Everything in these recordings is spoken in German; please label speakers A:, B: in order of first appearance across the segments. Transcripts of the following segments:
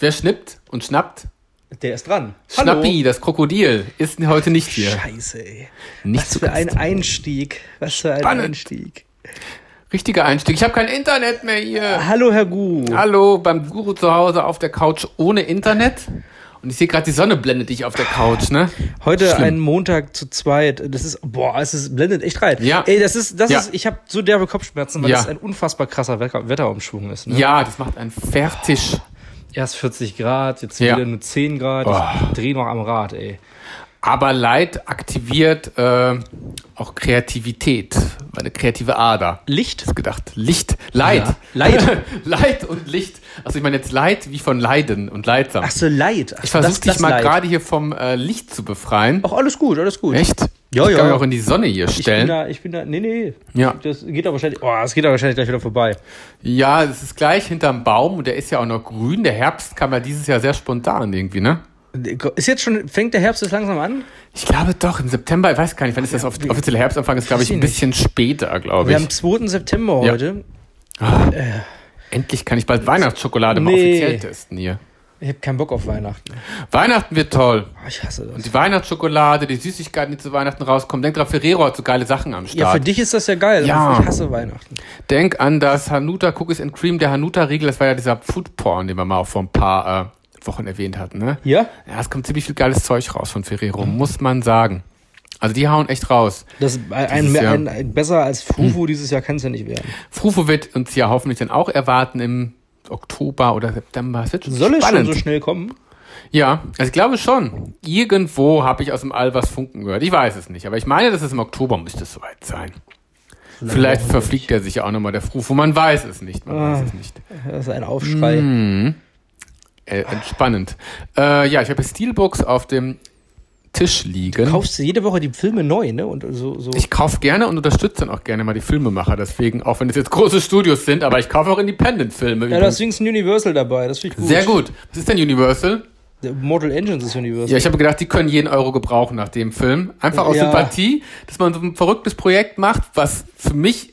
A: Wer schnippt und schnappt?
B: Der ist dran.
A: Schnappi, das Krokodil, ist heute nicht hier.
B: Scheiße, ey.
A: Nicht
B: Was
A: zu
B: für ein
A: Gast.
B: Einstieg. Was für ein
A: Spannend.
B: Einstieg.
A: Richtiger Einstieg. Ich habe kein Internet mehr hier.
B: Hallo, Herr Gu.
A: Hallo, beim Guru zu Hause auf der Couch ohne Internet. Und ich sehe gerade, die Sonne blendet dich auf der Couch, ne?
B: Heute
A: Schlimm.
B: ein Montag zu zweit. Das ist, boah, es ist blendet echt rein.
A: Ja.
B: Ey, das ist, das
A: Ja.
B: ist, ich habe so derbe Kopfschmerzen, weil
A: Ja.
B: das ein unfassbar krasser Wetter, Wetterumschwung ist. Ne?
A: Ja, das macht einen fertig.
B: Erst 40 Grad, jetzt
A: Ja. Oh.
B: wieder nur 10 Grad. Ich dreh noch am Rad, ey.
A: Aber Leid aktiviert äh, auch Kreativität, meine kreative Ader.
B: Licht.
A: Ist gedacht. Licht, Leid.
B: Ja. Leid.
A: Leid und Licht. Also ich meine jetzt Leid wie von Leiden und Leidsam.
B: Ach so, Leid. Ach,
A: ich versuche
B: das-
A: dich
B: das
A: mal
B: Leid.
A: gerade hier vom äh, Licht zu befreien.
B: Ach, alles gut, alles gut.
A: Echt?
B: Ja,
A: ich
B: ja.
A: kann mich auch in die Sonne hier
B: Ich bin
A: stellen.
B: da, ich bin da, nee, nee.
A: Ja.
B: Das geht doch wahrscheinlich, oh, das geht doch wahrscheinlich gleich wieder vorbei.
A: Ja, es ist gleich hinterm Baum und der ist ja auch noch grün. Der Herbst kam ja dieses Jahr sehr spontan irgendwie, ne?
B: Ist jetzt schon, fängt der Herbst jetzt langsam an?
A: Ich glaube doch, im September, ich weiß gar nicht, wann ist das off- offizielle Herbstanfang? Ist, glaube ich,
B: Weiß ich
A: ein bisschen später, glaube
B: Wir haben
A: ich.
B: 2. September
A: Ja.
B: heute.
A: Endlich kann ich bald Weihnachtsschokolade mal
B: Nee.
A: offiziell testen hier.
B: Ich habe keinen Bock auf Weihnachten.
A: Weihnachten wird toll.
B: Oh, ich hasse das.
A: Die Weihnachtsschokolade, die Süßigkeiten, die zu Weihnachten rauskommen. Denk dran, Ferrero hat so geile Sachen am
B: Ja, für
A: Start.
B: dich ist das ja geil.
A: Ja.
B: aber Ich hasse Weihnachten.
A: Denk an das Hanuta Cookies and Cream, der Hanuta-Riegel, das war ja dieser Foodporn, den wir mal vor ein paar äh, Wochen erwähnt hatten, ne?
B: Ja?
A: Ja, es kommt ziemlich viel geiles Zeug raus von Ferrero, muss man sagen. Also die hauen echt raus.
B: Das ist ein,
A: Dieses Jahr.
B: ein, ein, besser als Fufu
A: Hm.
B: dieses Jahr kann es ja nicht werden.
A: Frufo wird uns ja hoffentlich dann auch erwarten im Oktober oder September. Es wird schon
B: Soll es schon
A: spannend.
B: so schnell kommen?
A: ja, also ich glaube schon. Irgendwo habe ich aus dem All was funken gehört. Ich weiß es nicht, aber ich meine, dass es im Oktober müsste es soweit sein. Vielleicht verfliegt er sich ja auch nochmal der Frufo. Man weiß es nicht. Man
B: Ah.
A: weiß es nicht.
B: Das ist ein Aufschrei.
A: Hm. Äh, entspannend. Äh, ja, ich habe hier Steelbooks auf dem Tisch liegen.
B: Kaufst du jede Woche die Filme neu, ne? Und so, so.
A: Ich kaufe gerne und unterstütze dann auch gerne mal die Filmemacher. Deswegen, auch wenn es jetzt große Studios sind, aber ich kaufe auch Independent-Filme.
B: ja, da ist übrigens ein Universal dabei. Das finde ich gut.
A: Sehr gut. Was ist denn Universal?
B: Der Mortal Engines ist Universal.
A: Ja, ich habe gedacht, die können jeden Euro gebrauchen nach dem Film. Einfach aus
B: Ja.
A: Sympathie, dass man so ein verrücktes Projekt macht, was für mich,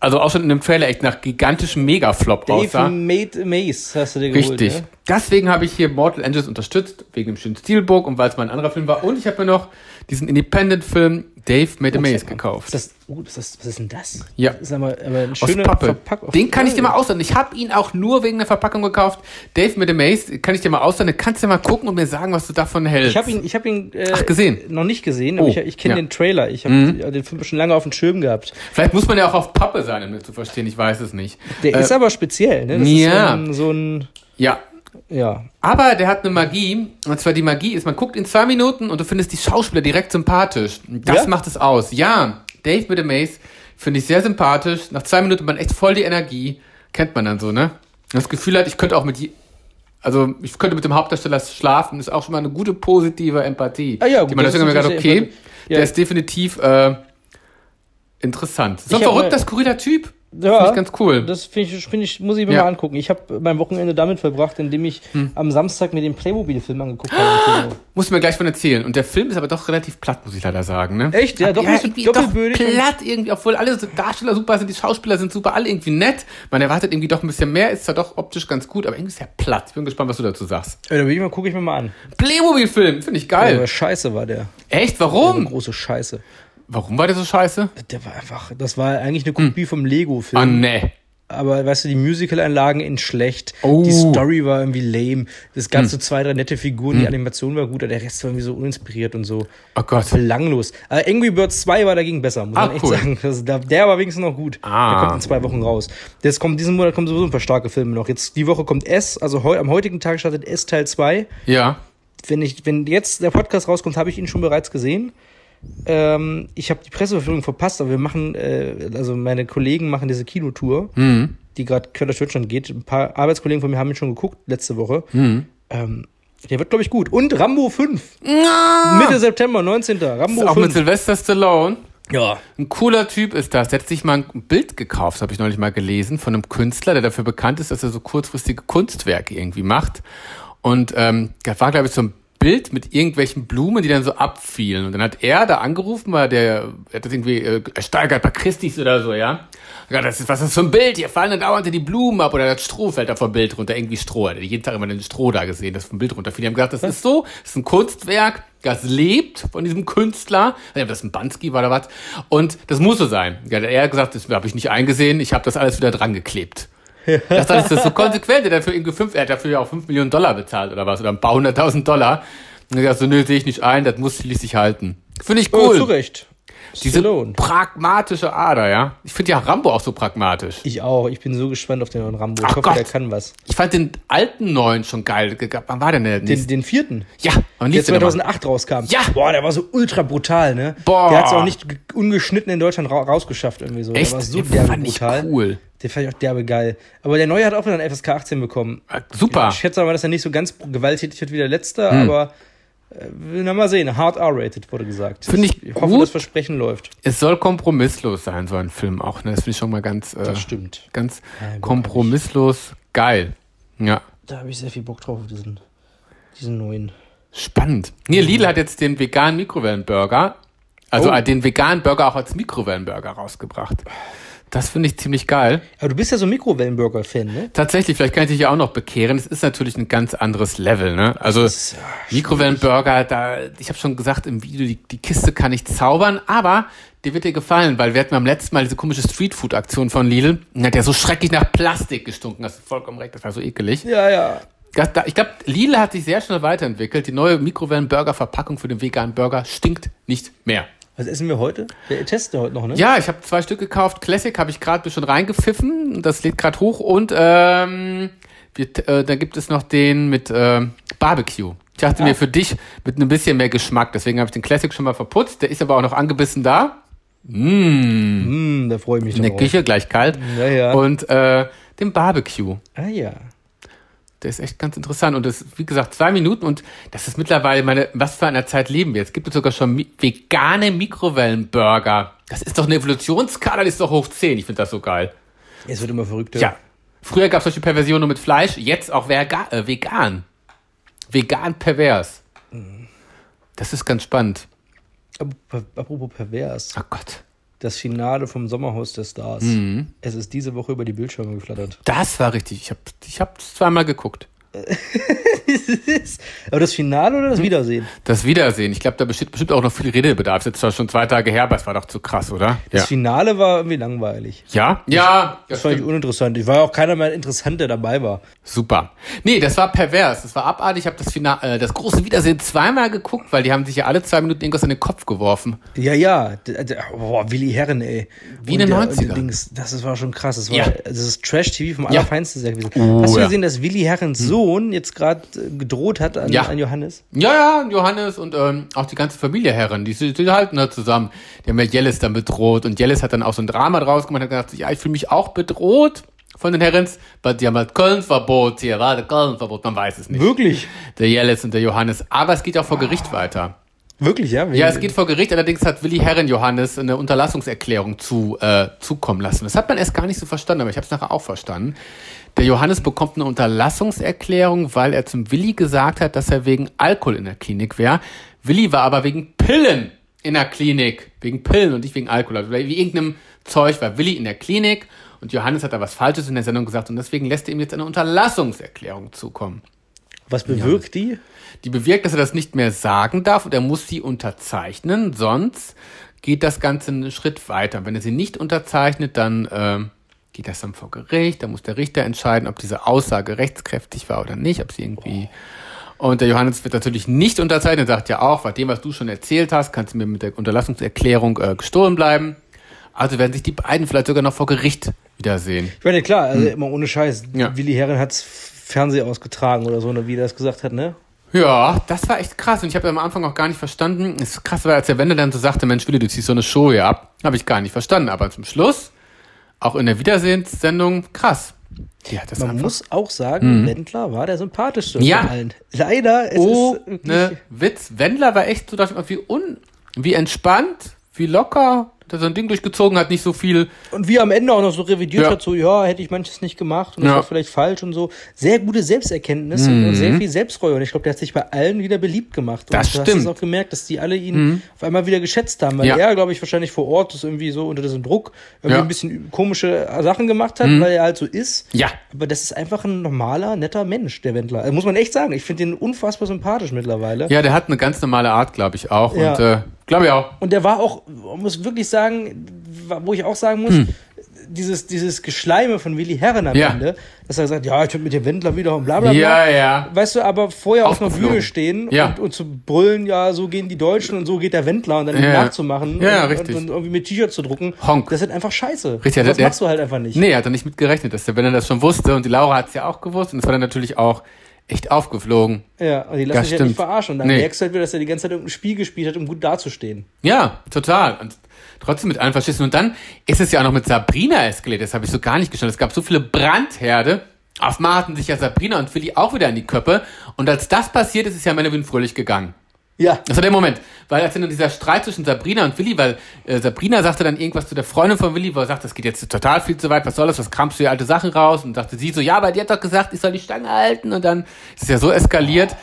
A: also auch schon in dem Trailer echt nach gigantischem Megaflop
B: Dave
A: aussah.
B: Made Mace hast du dir geholt.
A: Richtig.
B: Ne?
A: Deswegen habe ich hier Mortal Engines unterstützt, wegen dem schönen Steelbook und weil es mal ein anderer Film war. Und ich habe mir noch diesen Independent-Film Dave Made a Maze gekauft.
B: Ist das, oh, ist das, was ist denn das?
A: Ja.
B: Das ist aber, aber ein
A: Aus
B: schöner
A: Pappe.
B: Verpack-
A: Den kann ich dir mal ausleihen. Ich habe ihn auch nur wegen der Verpackung gekauft. Dave mit dem Maze kann ich dir mal ausleihen. Dann kannst du mal gucken und mir sagen, was du davon hältst.
B: Ich habe ihn, ich hab ihn äh,
A: Ach, gesehen.
B: noch nicht gesehen,
A: Oh,
B: aber ich, ich kenne
A: ja. Mhm.
B: den Trailer. Ich habe den Film schon lange auf dem Schirm gehabt.
A: Vielleicht muss man ja auch auf Pappe sein, um das zu verstehen. Ich weiß es nicht.
B: Der
A: Äh,
B: ist aber speziell, ne? Das
A: ja.
B: ist so ein,
A: ja.
B: so ein ja.
A: Aber der hat eine Magie. Und zwar die Magie ist, man guckt in zwei Minuten und du findest die Schauspieler direkt sympathisch. Das
B: Ja?
A: macht es aus. Ja, Dave mit dem Maze finde ich sehr sympathisch. Nach zwei Minuten hat man echt voll die Energie. Kennt man dann so, ne? Das Gefühl hat, ich könnte auch mit, je- also ich könnte mit dem Hauptdarsteller schlafen. Ist auch schon mal eine gute positive Empathie.
B: Ah ja, gut,
A: die man
B: das
A: deswegen
B: ist
A: mir gedacht,
B: natürlich sehr
A: okay,
B: empathi-
A: der
B: Ja.
A: ist definitiv äh, interessant. So ein
B: Ich hab
A: verrückter,
B: mal-
A: skurriler Typ.
B: Ja.
A: Finde ich ganz cool.
B: Das finde ich, find ich, muss ich mir
A: Ja. Hm.
B: mal angucken. Ich habe mein Wochenende damit verbracht, indem ich am Samstag mir den Playmobil-Film angeguckt habe. im Kino.
A: Muss mir gleich von erzählen. Und der Film ist aber doch relativ platt, muss ich leider sagen, ne?
B: Echt? Ja, doch, nicht so
A: irgendwie doch
B: doppelbödig und-
A: platt irgendwie, obwohl alle so Darsteller super sind, die Schauspieler sind super, alle irgendwie nett. Man erwartet irgendwie doch ein bisschen mehr, ist zwar doch optisch ganz gut, aber irgendwie ist er platt. Ich bin gespannt, was du dazu sagst.
B: Ja, Äh, da bin ich mal, gucke ich mir mal an.
A: Playmobil-Film, finde ich
B: Aber
A: geil.
B: scheiße war der.
A: Echt?
B: Eine
A: Warum?
B: große Scheiße.
A: Warum war der so scheiße?
B: Der war einfach, das war eigentlich eine Kopie vom Lego-Film.
A: Ah, ne.
B: Aber weißt du, die Musical-Einlagen in schlecht.
A: Oh. Hm.
B: Die Story war irgendwie lame. Es gab so zwei, drei nette Figuren, die Animation war gut, aber der Rest war irgendwie so uninspiriert und so
A: Oh Gott.
B: belanglos. Aber Angry Birds 2 war dagegen besser, muss
A: Ah,
B: man echt
A: cool.
B: sagen. Das, da- der war wenigstens noch gut.
A: Ah.
B: Der kommt in zwei Wochen raus. Jetzt kommt, diesen Monat kommen sowieso ein paar starke Filme noch. Jetzt, die Woche kommt S, also heu, am heutigen Tag startet S Teil 2.
A: Ja.
B: Wenn, ich, wenn jetzt der Podcast rauskommt, habe ich ihn schon bereits gesehen. Ähm, ich habe die Presseverführung verpasst, aber wir machen, äh, also meine Kollegen machen diese Kinotour
A: Hm.
B: die gerade quer durch Deutschland geht. Ein paar Arbeitskollegen von mir haben ihn schon geguckt letzte Woche.
A: Mhm.
B: Ähm, der wird, glaube ich, gut. Und Rambo 5. Mitte September, 19. Rambo
A: Auch mit
B: 5.
A: Sylvester Stallone.
B: Ja.
A: Ein cooler Typ ist das. Der hat sich mal ein Bild gekauft, habe ich neulich mal gelesen, von einem Künstler, der dafür bekannt ist, dass er so kurzfristige Kunstwerke irgendwie macht. Und ähm, da war, glaube ich, so ein Bild mit irgendwelchen Blumen, die dann so abfielen. Und dann hat er da angerufen, weil der er hat das irgendwie äh, ersteigert bei Christis oder so, ja. Ja, das ist, was ist das für ein Bild? Hier fallen dann dauernd die Blumen ab oder das Stroh fällt da vom Bild runter. Irgendwie Stroh. Er hat jeden Tag immer den Stroh da gesehen, das vom Bild runterfiel. Die haben gesagt, das ist so, das ist ein Kunstwerk, das lebt von diesem Künstler. Ich weiß nicht, ob das ein Bansky war oder was. Und das muss so sein. Ja, er hat gesagt, das habe ich nicht eingesehen, ich habe das alles wieder dran geklebt. Das, das ist so konsequent. Er hat dafür, irgendwie fünf, er hat dafür ja auch 5 Millionen Dollar bezahlt oder was, oder ein paar hunderttausend Dollar. Und er hat gesagt, so, nö, sehe ich nicht ein, das muss schließlich halten. Finde ich
B: Oh,
A: cool.
B: zu Recht.
A: Diese
B: Stallone.
A: pragmatische Ader, ja. Ich finde ja Rambo auch so pragmatisch.
B: Ich auch. Ich bin so gespannt auf den neuen Rambo. Ich
A: Ach
B: hoffe,
A: Gott.
B: der kann was.
A: Ich fand den alten neuen schon geil. Ge- Wann war denn der
B: Den,
A: nächste?
B: den vierten,
A: Ja, am
B: der
A: liebsten. immer.
B: 2008 rauskam.
A: Ja.
B: Boah, der war so ultra brutal, ne?
A: Boah.
B: Der hat es auch nicht ge- ungeschnitten in Deutschland ra rausgeschafft irgendwie so.
A: Echt?
B: Der war so
A: Den
B: derbe
A: fand ich
B: brutal.
A: cool.
B: Den fand ich auch derbe geil. Aber der neue hat auch wieder einen FSK 18 bekommen.
A: Ah, Hm. Super.
B: Ich schätze aber, dass er nicht so ganz gewalttätig wird wie der letzte, aber äh, na mal sehen. Hard R-rated wurde gesagt.
A: Find ich
B: ich hoffe,
A: gut.
B: das Versprechen läuft.
A: Es soll kompromisslos sein, so ein Film auch. Ne? Das finde ich schon mal ganz, äh,
B: Das stimmt.
A: ganz
B: Ja, gut,
A: kompromisslos geil. Ja.
B: Da habe ich sehr viel Bock drauf auf diesen, diesen neuen.
A: Spannend. Nee, Lidl hat jetzt den veganen Mikrowellenburger, also
B: Oh.
A: äh, den veganen Burger auch als Mikrowellenburger rausgebracht. Das finde ich ziemlich geil.
B: Aber du bist ja so Mikrowellenburger-Fan, ne?
A: Tatsächlich, vielleicht kann ich dich ja auch noch bekehren. Es ist natürlich ein ganz anderes Level, ne? Also
B: ist,
A: Mikrowellenburger, da ich habe schon gesagt im Video, die, die Kiste kann ich zaubern, aber dir wird dir gefallen, weil wir hatten beim letzten Mal diese komische Streetfood-Aktion von Lidl, und hat ja so schrecklich nach Plastik gestunken. Hast du vollkommen recht, das war so ekelig.
B: Ja, ja.
A: Das, da, ich glaube, Lidl hat sich sehr schnell weiterentwickelt. Die neue Mikrowellenburger-Verpackung für den veganen Burger stinkt nicht mehr.
B: Was essen wir heute? Wir testen heute noch, ne?
A: Ja, ich habe zwei Stück gekauft. Classic habe ich gerade schon reingepfiffen. Das lädt gerade hoch. Und ähm, wir, t- äh, da gibt es noch den mit ähm, Barbecue. Ich dachte mir für dich mit ein bisschen mehr Geschmack. Deswegen habe ich den Classic schon mal verputzt. Der ist aber auch noch angebissen da.
B: Mm, da freue ich mich
A: In der
B: drauf.
A: Küche, gleich kalt.
B: Ja, ja.
A: Und äh, den Barbecue.
B: Ah ja.
A: Der ist echt ganz interessant. Und das, wie gesagt, zwei Minuten und das ist mittlerweile meine, was für einer Zeit leben wir. Jetzt gibt es sogar schon mi vegane Mikrowellenburger. Das ist doch eine Evolutionskala, die ist doch hoch 10. Ich finde das so geil.
B: Es wird immer verrückter.
A: Ja. Früher gab es solche Perversionen nur mit Fleisch, jetzt auch verga- äh, vegan. Vegan pervers. Das ist ganz spannend.
B: Ap- Apropos pervers.
A: Oh Gott.
B: Das Finale vom Sommerhaus der Stars.
A: Mhm.
B: Es ist diese Woche über die Bildschirme geflattert.
A: Das war richtig. Ich habe ich hab zweimal geguckt.
B: Aber das Finale oder das
A: Mhm.
B: Wiedersehen?
A: Das Wiedersehen. Ich glaube, da besteht bestimmt auch noch viel Redebedarf. Ist Jetzt zwar schon zwei Tage her, aber es war doch zu krass, oder?
B: Das Finale war irgendwie langweilig.
A: Ja? Ja, das
B: Das fand ich uninteressant. Ich war ja auch keiner mehr interessant, der dabei war.
A: Super. Nee, das war pervers. Das war abartig. Ich habe das, Fina- äh, das große Wiedersehen zweimal geguckt, weil die haben sich ja alle zwei Minuten irgendwas in den Kopf geworfen.
B: Ja, ja. D- d- Boah, Willi Herren, ey.
A: Wie in
B: Und
A: den
B: der-
A: 90ern.
B: und Dings, das ist- war schon krass. Das war
A: Ja.
B: das ist Trash-TV vom
A: Ja.
B: Allerfeinsten sehr gewesen.
A: Oh,
B: Hast du
A: ja. Hm.
B: gesehen, dass Willi Herrens Sohn jetzt gerade äh, gedroht hat an,
A: Ja.
B: an Johannes?
A: Ja, ja, Johannes und ähm, auch die ganze Familie Herren, die, die halten da zusammen. Die haben ja Jellis dann bedroht und Jellis hat dann auch so ein Drama draus gemacht und hat gesagt, ja, ich fühle mich auch bedroht von den Herrens, weil die haben halt Köln-Verbot hier, warte, Köln-Verbot, man weiß es nicht.
B: Wirklich?
A: Der Jellis und der Johannes. Aber es geht auch vor Gericht weiter.
B: Wirklich, ja?
A: Ja, es geht vor Gericht, allerdings hat Willi Herren Johannes eine Unterlassungserklärung zu, äh, zukommen lassen. Das hat man erst gar nicht so verstanden, aber ich habe es nachher auch verstanden. Der Johannes bekommt eine Unterlassungserklärung, weil er zum Willi gesagt hat, dass er wegen Alkohol in der Klinik wäre. Willi war aber wegen Pillen in der Klinik. Wegen Pillen und nicht wegen Alkohol. Also wegen irgendeinem Zeug war Willi in der Klinik und Johannes hat da was Falsches in der Sendung gesagt und deswegen lässt er ihm jetzt eine Unterlassungserklärung zukommen
B: Was bewirkt die?
A: die bewirkt, dass er das nicht mehr sagen darf und er muss sie unterzeichnen, sonst geht das Ganze einen Schritt weiter. Wenn er sie nicht unterzeichnet, dann ähm, geht das dann vor Gericht, dann muss der Richter entscheiden, ob diese Aussage rechtskräftig war oder nicht, ob sie irgendwie... Und der Johannes wird natürlich nicht unterzeichnet, sagt ja auch, bei dem, was du schon erzählt hast, kannst du mir mit der Unterlassungserklärung äh, gestohlen bleiben. Also werden sich die beiden vielleicht sogar noch vor Gericht wiedersehen.
B: Ich meine, klar, also immer ohne Scheiß.
A: Hm. Ja.
B: Willi Herren hat Fernsehen ausgetragen oder so, ne, wie er das gesagt hat, ne?
A: Ja, das war echt krass. Und ich habe am Anfang auch gar nicht verstanden. Es krass war, als der Wende dann so sagte, Mensch, Willi, du ziehst so eine Show hier ab. Habe ich gar nicht verstanden. Aber zum Schluss, auch in der Wiedersehenssendung, krass. Ja, das
B: Man
A: einfach Hm.
B: muss auch sagen, Wendler war der sympathischste
A: Ja.
B: von allen. Leider, es
A: oh,
B: ist wirklich,
A: ne Witz. Wendler war echt so, dachte ich mal, wie un, wie entspannt, wie locker der sein Ding durchgezogen hat, nicht so viel.
B: Und wie er am Ende auch noch so revidiert
A: Ja.
B: hat, so, ja, hätte ich manches nicht gemacht und das
A: Ja. Mhm.
B: war vielleicht falsch und so. Sehr gute Selbsterkenntnis und- und sehr viel Selbstreue. Und ich glaube, der hat sich bei allen wieder beliebt gemacht. Und
A: Das
B: du hast
A: stimmt. Mhm.
B: es auch gemerkt, dass die alle ihn auf einmal wieder geschätzt haben. Weil
A: Ja.
B: er, glaube ich, wahrscheinlich vor Ort ist irgendwie so unter diesem Druck, irgendwie
A: Ja. Mhm.
B: ein bisschen komische Sachen gemacht hat, weil er halt so ist.
A: Ja.
B: Aber das ist einfach ein normaler, netter Mensch, der Wendler. Also muss man echt sagen. Ich finde den unfassbar sympathisch mittlerweile.
A: Ja, der hat eine ganz normale Art, glaube ich, auch.
B: Ja.
A: Und äh, glaube ich auch.
B: Und der war auch, muss wirklich sagen, wo ich auch sagen muss, dieses, dieses Geschleime von Willi Herren am
A: Hm. Ja.
B: Ende, dass er sagt, ja, ich würde mit dem Wendler wieder und bla bla bla.
A: Ja, ja.
B: Weißt du, aber vorher auf einer
A: Aufgeflogen.
B: Bühne stehen
A: Ja.
B: und, und zu brüllen, ja, so gehen die Deutschen und so geht der Wendler und dann
A: Ja.
B: nachzumachen
A: Ja,
B: und,
A: richtig.
B: Und, und irgendwie mit T-Shirt zu drucken.
A: Honk.
B: Das ist halt einfach scheiße.
A: Richtig, ja,
B: das
A: der-
B: machst du halt einfach nicht.
A: Nee, er hat er nicht mitgerechnet, dass der Benner das schon wusste. Und die Laura hat es ja auch gewusst. Und das war dann natürlich auch echt aufgeflogen.
B: Ja, und die lassen
A: Das
B: sich ja nicht
A: stimmt.
B: verarschen. Und dann
A: Nee.
B: merkst du halt wieder, dass er die ganze Zeit irgendein Spiel gespielt hat, um gut dazustehen.
A: Ja, total. Und trotzdem mit allen Faschisten. Und dann ist es ja auch noch mit Sabrina eskaliert. Das habe ich so gar nicht gestanden. Es gab so viele Brandherde. Auf Mar hatten sich ja Sabrina und Willi auch wieder in die Köpfe. Und als das passiert ist, ist ja Melvin fröhlich gegangen.
B: Ja.
A: Das war der Moment, weil als dann dieser Streit zwischen Sabrina und Willi, weil äh, Sabrina sagte dann irgendwas zu der Freundin von Willi, wo er sagt, das geht jetzt total viel zu weit, was soll das, was kramst du hier alte Sachen raus? Und dachte sie so, ja, aber die hat doch gesagt, ich soll die Stange halten und dann ist es ja so eskaliert,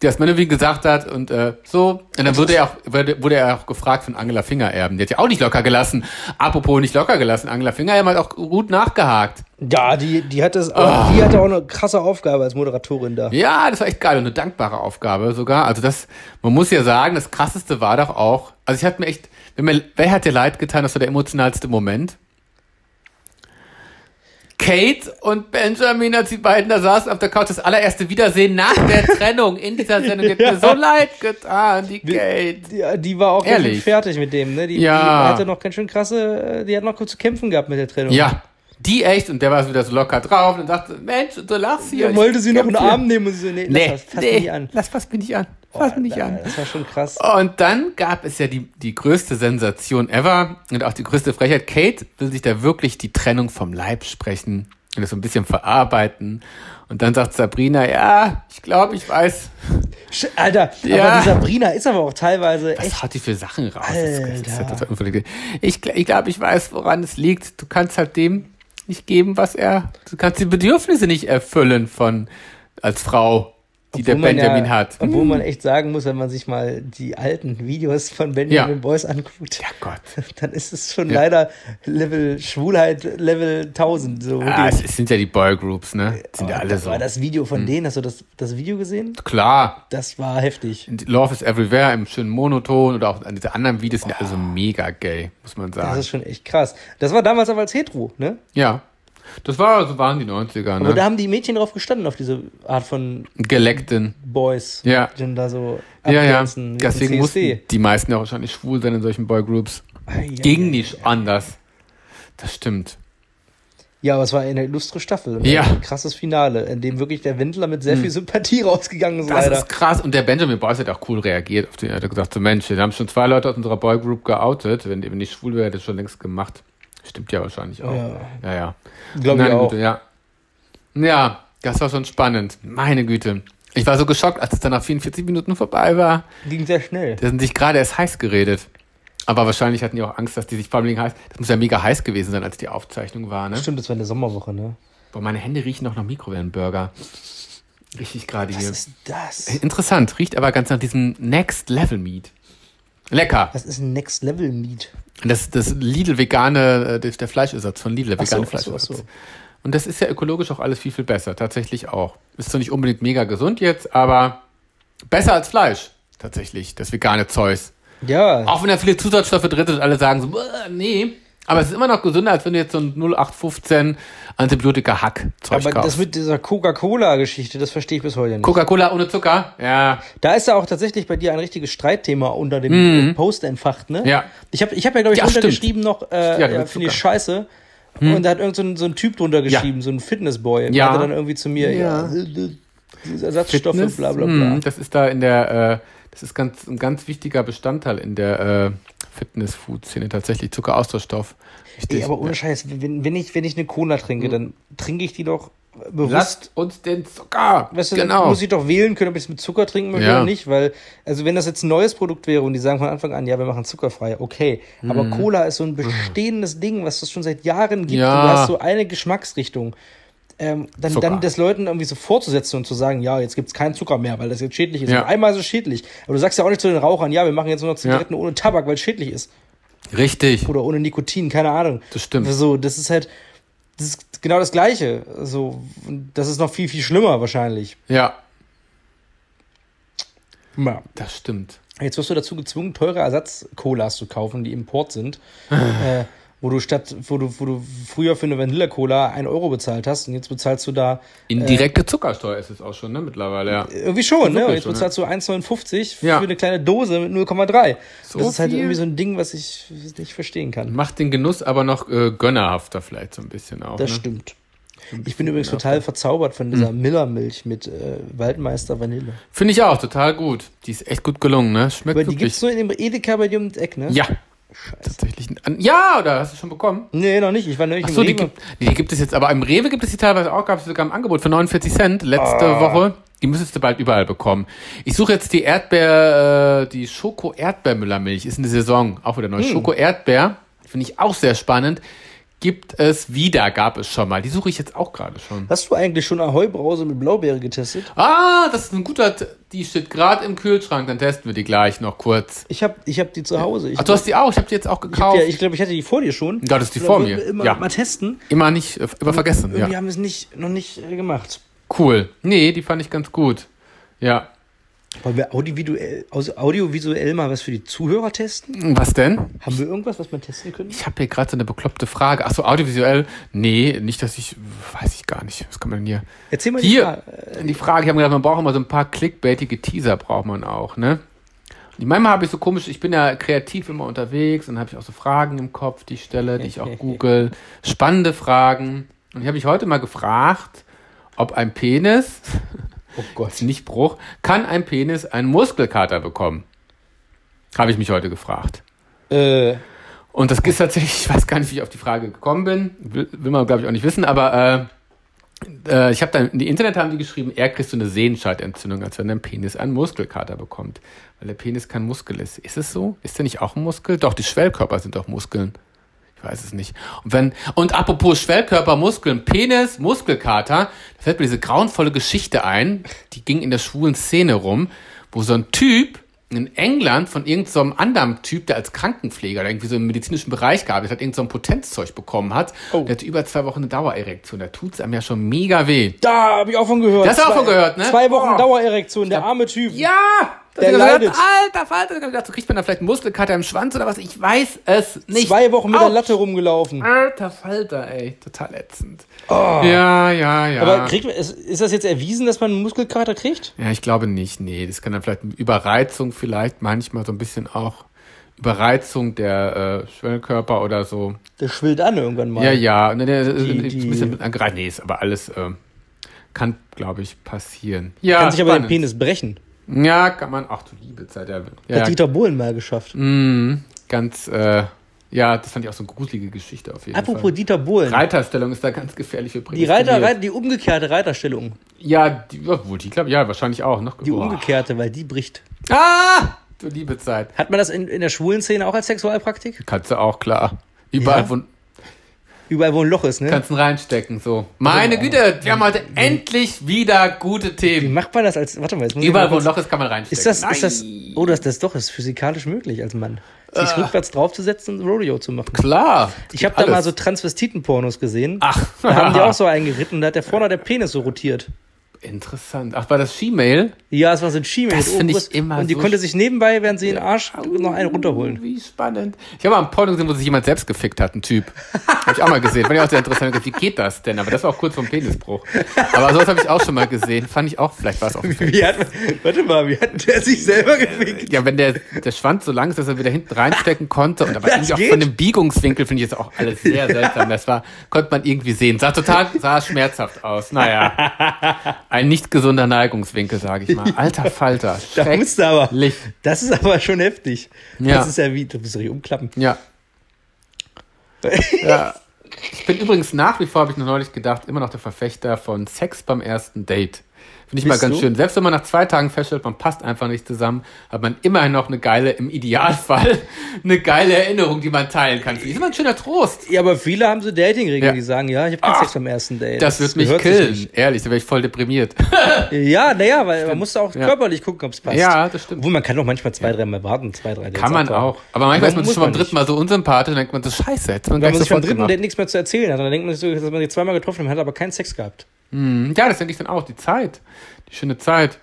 A: dass Menowin gesagt hat und äh, so. Und dann wurde er auch, wurde, wurde er auch gefragt von Angela Fingererben, die hat ja auch nicht locker gelassen. Apropos nicht locker gelassen, Angela Fingererben hat auch gut nachgehakt.
B: Ja, die, die, hat das,
A: Ah.
B: die hatte auch eine krasse Aufgabe als Moderatorin da.
A: Ja, das war echt geil und eine dankbare Aufgabe sogar. Also das, man muss ja sagen, das krasseste war doch auch, also ich hatte mir echt, wenn mir, wer hat dir leid getan, das war der emotionalste Moment? Kate und Benjamin, als die beiden da saßen auf der Couch, das allererste Wiedersehen nach der Trennung in dieser Sendung, die hat
B: Ja.
A: mir so leid getan, die Kate.
B: Ja, die war auch ganz
A: Ehrlich?
B: schön fertig mit dem, ne? Die,
A: Ja.
B: die hatte noch ganz schön krasse, äh, die hat noch kurz zu kämpfen gehabt mit der Trennung.
A: Ja, die echt und der war so wieder so locker drauf und dachte, Mensch, du lachst hier.
B: Er wollte sie noch in den
A: einen
B: Arm nehmen und sie so, nee,
A: Nee,
B: lass, das, fass
A: nee,
B: mich an. Oh,
A: das fasst mich nicht an. Fass mich nicht an.
B: Das war schon krass.
A: Und dann gab es ja die, die größte Sensation ever und auch die größte Frechheit. Kate will sich da wirklich die Trennung vom Leib sprechen und das so ein bisschen verarbeiten. Und dann sagt Sabrina, ja, ich glaube, ich weiß,
B: Sch- Alter, aber
A: Ja.
B: die Sabrina ist aber auch teilweise echt.
A: was haut die für Sachen raus? Das ist- das ist ja
B: Alter.
A: total unverständlich. ich gl- ich glaube, ich weiß, woran es liegt. Du kannst halt dem nicht geben, was er, du kannst die Bedürfnisse nicht erfüllen von, als Frau, die der
B: obwohl man
A: Benjamin
B: ja,
A: hat.
B: Obwohl man echt sagen muss, wenn man sich mal die alten Videos von Benjamin
A: Ja.
B: Boys anguckt,
A: Ja Gott.
B: dann ist es schon leider Level Schwulheit, Level 1000. So
A: Ah,
B: wirklich.
A: es sind ja die Boygroups, ne? Sind ja alle
B: Oh, das
A: so. Mhm.
B: war das Video von denen. Hast du das, das Video gesehen?
A: Klar.
B: Das war heftig.
A: Love is Everywhere im schönen Monoton oder auch an diese anderen Videos sind ja also mega gay, muss man
B: Das
A: sagen.
B: ist schon echt krass. Das war damals aber als Hetero, ne?
A: ja. Das war, so waren die 90er,
B: Aber da
A: ne?
B: haben die Mädchen drauf gestanden, auf diese Art von
A: Geleckten.
B: Boys.
A: Ja.
B: Die dann da so
A: Ja, ja.
B: abtanzen, wie
A: Deswegen
B: im
A: mussten
B: CSD.
A: die meisten ja wahrscheinlich schwul sein in solchen Boygroups.
B: Ei, ei,
A: Ging
B: ei.
A: nicht anders. Das stimmt.
B: Ja, aber es war eine illustre Staffel. und
A: Ja. Hm.
B: Ein krasses Finale, in dem wirklich der Wendler mit sehr viel Sympathie rausgegangen ist,
A: Das
B: leider.
A: ist krass. Und der Benjamin Boyce hat auch cool reagiert. Auf den, er hat gesagt, so Mensch, da haben schon zwei Leute aus unserer Boygroup geoutet. Wenn eben nicht schwul wäre, hätte ich schon längst gemacht. Stimmt ja wahrscheinlich auch.
B: Ja.
A: ja. ja.
B: Glaube ich
A: Meine
B: auch.
A: Güte, ja. Ja, das war schon spannend. Meine Güte. Ich war so geschockt, als es dann nach 44 Minuten vorbei war.
B: Ging sehr schnell.
A: Da sind sich gerade erst heiß geredet. Aber wahrscheinlich hatten die auch Angst, dass die sich vor allem heiß. Das muss ja mega heiß gewesen sein, als die Aufzeichnung war, ne?
B: Stimmt, das war in der Sommerwoche, ne?
A: Boah, meine Hände riechen noch nach Mikrowellenburger. Richtig gerade
B: Was
A: hier.
B: ist das?
A: Interessant, riecht aber ganz nach diesem Next Level Meat. Lecker.
B: Das ist ein Next Level Meat.
A: Das, das Lidl vegane, äh, der der Fleischersatz von Lidl, der
B: Ach so,
A: vegane
B: ach so, ach
A: Fleischersatz.
B: so.
A: Und das ist ja ökologisch auch alles viel, viel besser, tatsächlich auch. Ist zwar nicht unbedingt mega gesund jetzt, aber besser als Fleisch, tatsächlich, das vegane Zeus.
B: Ja.
A: Auch wenn da viele Zusatzstoffe drin sind und alle sagen so, "Bäh, nee. Aber es ist immer noch gesünder, als wenn du jetzt so ein 0815 Antibiotika-Hack-Zeug
B: aber das
A: kaufst.
B: mit dieser Coca-Cola-Geschichte, das verstehe ich bis heute nicht.
A: Coca-Cola ohne Zucker? Ja.
B: Da ist ja auch tatsächlich bei dir ein richtiges Streitthema unter dem äh, Post entfacht, ne?
A: Mhm. Ja.
B: Ich habe ich hab ja, glaube ich,
A: Ja, stimmt.
B: runtergeschrieben noch, äh,
A: Ja,
B: ja,
A: du bist
B: finde ich
A: Zucker.
B: scheiße. Und da hat irgend so ein, so ein Typ drunter geschrieben, so ein Fitnessboy.
A: Ja.
B: Ja. Hat dann irgendwie zu mir, ja,
A: Ja.
B: äh, äh, Ersatzstoffe,
A: Fitness,
B: bla bla bla.
A: mm, das ist da in der, äh, das ist ganz, ein ganz wichtiger Bestandteil in der äh, Fitness-Food-Szene tatsächlich, Zuckeraustauschstoff.
B: Ey,
A: Richtig. Hm.
B: aber ohne Scheiß, wenn, wenn, ich, wenn ich eine Cola trinke, dann trinke ich die doch bewusst
A: Lasst uns den Zucker.
B: Weißt du,
A: genau.
B: dann muss ich doch wählen können, ob ich es mit Zucker trinken möchte
A: Ja.
B: oder nicht, weil, also wenn das jetzt ein neues Produkt wäre und die sagen von Anfang an, ja, wir machen zuckerfrei, okay. Aber
A: Mhm.
B: Cola ist so ein bestehendes Ding, was es schon seit Jahren gibt.
A: Ja.
B: Und du hast so eine Geschmacksrichtung. Ähm, dann,
A: Zucker.
B: dann das Leuten irgendwie so vorzusetzen und zu sagen, ja, jetzt gibt's keinen Zucker mehr, weil das jetzt schädlich ist.
A: Ja.
B: Und einmal ist es schädlich. Aber du sagst ja auch nicht zu den Rauchern, ja, wir machen jetzt nur noch Zigaretten ohne Tabak, weil es schädlich ist.
A: Richtig.
B: Oder ohne Nikotin, keine Ahnung.
A: Das stimmt.
B: So, das ist halt, das ist genau das Gleiche. So, und das ist noch viel, viel schlimmer wahrscheinlich.
A: Ja,
B: Ja.
A: das stimmt.
B: Jetzt wirst du dazu gezwungen, teure Ersatz-Colas zu kaufen, die Import sind.
A: Ah.
B: äh, wo du statt, wo du, wo du früher für eine Vanilla-Cola 1 Euro bezahlt hast und jetzt bezahlst du da
A: Indirekte Zuckersteuer ist es auch schon, ne, mittlerweile, ja.
B: irgendwie schon, ne? Und jetzt
A: schon,
B: bezahlst du 1,59 für
A: Ja.
B: eine kleine Dose mit 0,3.
A: So
B: das ist halt
A: viel?
B: irgendwie so ein Ding, was ich nicht verstehen kann.
A: Macht den Genuss aber noch äh, gönnerhafter vielleicht so ein bisschen auch.
B: Das
A: ne?
B: stimmt. Ich bin übrigens total verzaubert von dieser
A: Hm.
B: Miller-Milch mit äh, Waldmeister Vanille.
A: Finde ich auch total gut. Die ist echt gut gelungen, ne? Schmeckt
B: Aber die
A: wirklich.
B: gibt's nur in dem Edeka bei dir um das Eck, ne?
A: ja. Tatsächlich. ein An ja, oder hast du schon bekommen?
B: Nee, noch nicht. Ich war neulich
A: Ach so,
B: im
A: die
B: Rewe.
A: gibt, die gibt es jetzt, aber im Rewe gibt es die teilweise auch, gab es sogar im Angebot für 49 Cent letzte
B: Ah.
A: Woche. Die müsstest du bald überall bekommen. Ich suche jetzt die Erdbeer, äh, die Schoko-Erdbeer-Müllermilch. Ist in der Saison auch wieder neu.
B: Hm.
A: Schoko-Erdbeer, finde ich auch sehr spannend. Gibt es wieder, gab es schon mal. Die suche ich jetzt auch gerade schon.
B: Hast du eigentlich schon Ahoi-Brause mit Blaubeere getestet?
A: Ah, das ist ein guter, T- die steht gerade im Kühlschrank, dann testen wir die gleich noch kurz.
B: Ich habe ich hab die zu Hause. Ich,
A: Ach, du hast die auch, ich habe die jetzt auch
B: ich, hab
A: gekauft.
B: ja, ich glaube, ich hatte die vor dir schon.
A: Ja, das ist die
B: Und
A: vor
B: dann wollten
A: mir.
B: wir Immer
A: Ja.
B: mal testen.
A: Immer nicht, äh, immer vergessen, ja.
B: Hm, Irgendwie haben wir es nicht, noch nicht äh, gemacht.
A: Cool. Nee, die fand ich ganz gut. Ja.
B: Wollen wir audiovisuell, aus- audiovisuell mal was für die Zuhörer testen?
A: Hm, Was denn?
B: Haben wir irgendwas, was man testen können?
A: Ich habe hier gerade so eine bekloppte Frage. Achso, audiovisuell? Nee, nicht, dass ich. Weiß ich gar nicht. Was kann man denn hier?
B: Erzähl mal die
A: Hier, Äh,
B: Frage.
A: die Frage, ich habe gedacht, man braucht immer so ein paar clickbaitige Teaser, braucht man auch, ne? Und manchmal habe ich so komisch, ich bin ja kreativ immer unterwegs und habe ich auch so Fragen im Kopf, die ich stelle, die ich auch google. Spannende Fragen. Und ich habe mich heute mal gefragt, ob ein Penis,
B: Oh Gott.
A: nicht Bruch, kann ein Penis einen Muskelkater bekommen? Habe ich mich heute gefragt.
B: Äh,
A: Und das ist tatsächlich, ich weiß gar nicht, wie ich auf die Frage gekommen bin. Will, will man, glaube ich, auch nicht wissen, aber äh, äh, ich habe dann, in die Internet haben die geschrieben, er kriegst du eine Sehenscheidentzündung, als wenn dein Penis einen Muskelkater bekommt. Weil der Penis kein Muskel ist. Ist es so? Ist der nicht auch ein Muskel? Doch, die Schwellkörper sind doch Muskeln. Ich weiß es nicht. Und wenn, und apropos Schwellkörper, Muskeln, Penis, Muskelkater, da fällt mir diese grauenvolle Geschichte ein, die ging in der schwulen Szene rum, wo so ein Typ in England von irgendeinem so einem anderen Typ, der als Krankenpfleger oder irgendwie so im medizinischen Bereich gearbeitet hat, irgend so ein Potenzzeug bekommen hat,
B: Oh.
A: der hatte über zwei Wochen eine Dauererektion. Da tut's einem ja schon mega weh.
B: da habe ich auch von gehört.
A: Das hast du auch
B: Zwei-
A: von gehört, ne?
B: Zwei Wochen
A: Oh.
B: Dauererektion, der arme Typ.
A: Ja! Dass
B: Der
A: ich gesagt,
B: leidet.
A: Alter Falter, ich hab gedacht, so kriegt man da vielleicht einen Muskelkater im Schwanz oder was? Ich weiß es nicht.
B: Zwei Wochen mit der
A: Au.
B: Latte rumgelaufen.
A: Alter Falter, ey. Total ätzend. Ja, ja, ja.
B: Oh. Aber kriegt, man- ist, ist das jetzt erwiesen, dass man einen Muskelkater kriegt?
A: ja, ich glaube nicht. Nee, das kann dann vielleicht Überreizung vielleicht manchmal so ein bisschen auch Überreizung der äh, Schwellkörper oder so.
B: Der schwillt an irgendwann mal.
A: Ja, ja. Ne, ne,
B: Die-
A: äh,
B: die-
A: ein bisschen mit angereizt. Nee, ist aber alles äh, kann, glaube ich, passieren. Ja,
B: Kann sich aber den
A: spannend.
B: Penis brechen.
A: Ja, kann man. Ach du liebe Zeit. Ja, ja,
B: Hat Dieter Bohlen mal geschafft.
A: Mm, ganz, äh, ja, das fand ich auch so eine gruselige Geschichte auf jeden
B: Apropos
A: Fall.
B: Dieter Bohlen.
A: Reiterstellung ist da ganz gefährlich übrigens.
B: die, Reiter,
A: gewählt.
B: Reiter, die umgekehrte Reiterstellung.
A: Ja, die, obwohl, die glaube ja, wahrscheinlich auch. Noch
B: Die
A: Boah.
B: umgekehrte, weil die bricht.
A: Ah! Du liebe Zeit.
B: Hat man das in, in der schwulen Szene auch als Sexualpraktik?
A: Kannst du auch, klar. Überall
B: Ja?
A: wo
B: Überall, wo ein Loch ist, ne?
A: kannst du reinstecken, so. Meine Güte, wir haben heute endlich wieder gute
B: Wie
A: Themen.
B: macht man das als. Warte mal, jetzt muss
A: Überall,
B: ich
A: wo
B: mal
A: ein
B: kurz-
A: Loch ist, kann man reinstecken.
B: Ist das, ist das,
A: Nein. Äh.
B: oh, das, das doch ist physikalisch möglich als Mann. Sich rückwärts draufzusetzen und Rodeo zu machen.
A: Klar.
B: Ich habe da
A: Alles.
B: mal so Transvestiten-Pornos gesehen.
A: Ach.
B: Da haben die auch so eingeritten, da hat der vorne der Penis so rotiert.
A: Interessant. Ach, war das She-Mail?
B: Ja, es war so ein Schiene.
A: Das finde ich immer
B: Und die
A: so
B: konnte sich nebenbei, während sie den Arsch noch einen runterholen.
A: Wie spannend. Ich habe mal einen Porno gesehen, wo sich jemand selbst gefickt hat, ein Typ. Habe ich auch mal gesehen. Fand ich auch sehr interessant. Wie geht das denn? Aber das war auch kurz vom Penisbruch. Aber sowas habe ich auch schon mal gesehen. Fand ich auch, vielleicht war es auch ein
B: Wie hat, warte mal, wie hat der sich selber gefickt?
A: Ja, wenn der, der Schwanz so lang ist, dass er wieder hinten reinstecken konnte. Und aber
B: Das
A: irgendwie auch
B: geht?
A: von dem Biegungswinkel finde ich jetzt auch alles sehr seltsam. Das war, konnte man irgendwie sehen. Sah total, sah schmerzhaft aus. Naja. Ein nicht gesunder Neigungswinkel, sage ich mal. Alter Falter.
B: Da musst du aber.
A: Schrecklich.
B: Das ist aber schon heftig.
A: Ja.
B: Das ist ja wie, du musst dich umklappen.
A: Ja. ja. Ich bin übrigens nach wie vor, habe ich noch neulich gedacht, immer noch der Verfechter von Sex beim ersten Date. Finde ich mal
B: Bist
A: ganz
B: du?
A: schön. Selbst wenn man nach zwei Tagen feststellt, man passt einfach nicht zusammen, hat man immerhin noch eine geile, im Idealfall, eine geile Erinnerung, die man teilen kann. Das ist immer ein schöner Trost.
B: Ja, aber viele haben so Datingregeln,
A: Ja.
B: die sagen, ja, ich habe keinen Sex beim ersten Date.
A: Das wird mich
B: gehört sich
A: killen. Ehrlich, da wäre ich voll deprimiert.
B: nicht. Ja, naja, weil man muss auch körperlich gucken, ob es passt.
A: Ja, das stimmt.
B: Obwohl, man kann doch manchmal zwei, dreimal warten, zwei, drei Dates
A: Kann man
B: abwarten.
A: auch. Aber manchmal ist man
B: muss
A: schon beim
B: nicht.
A: dritten Mal so unsympathisch und denkt man, das ist scheiße. Hätte man
B: Wenn
A: gleich
B: man sich beim
A: sofort
B: dritten Date
A: gemacht.
B: nichts mehr zu erzählen hat, dann denkt man sich so, dass man sich zweimal getroffen hat, man hat aber keinen Sex gehabt.
A: Hm, Ja, das denke ich dann auch. Die Zeit. Die schöne Zeit.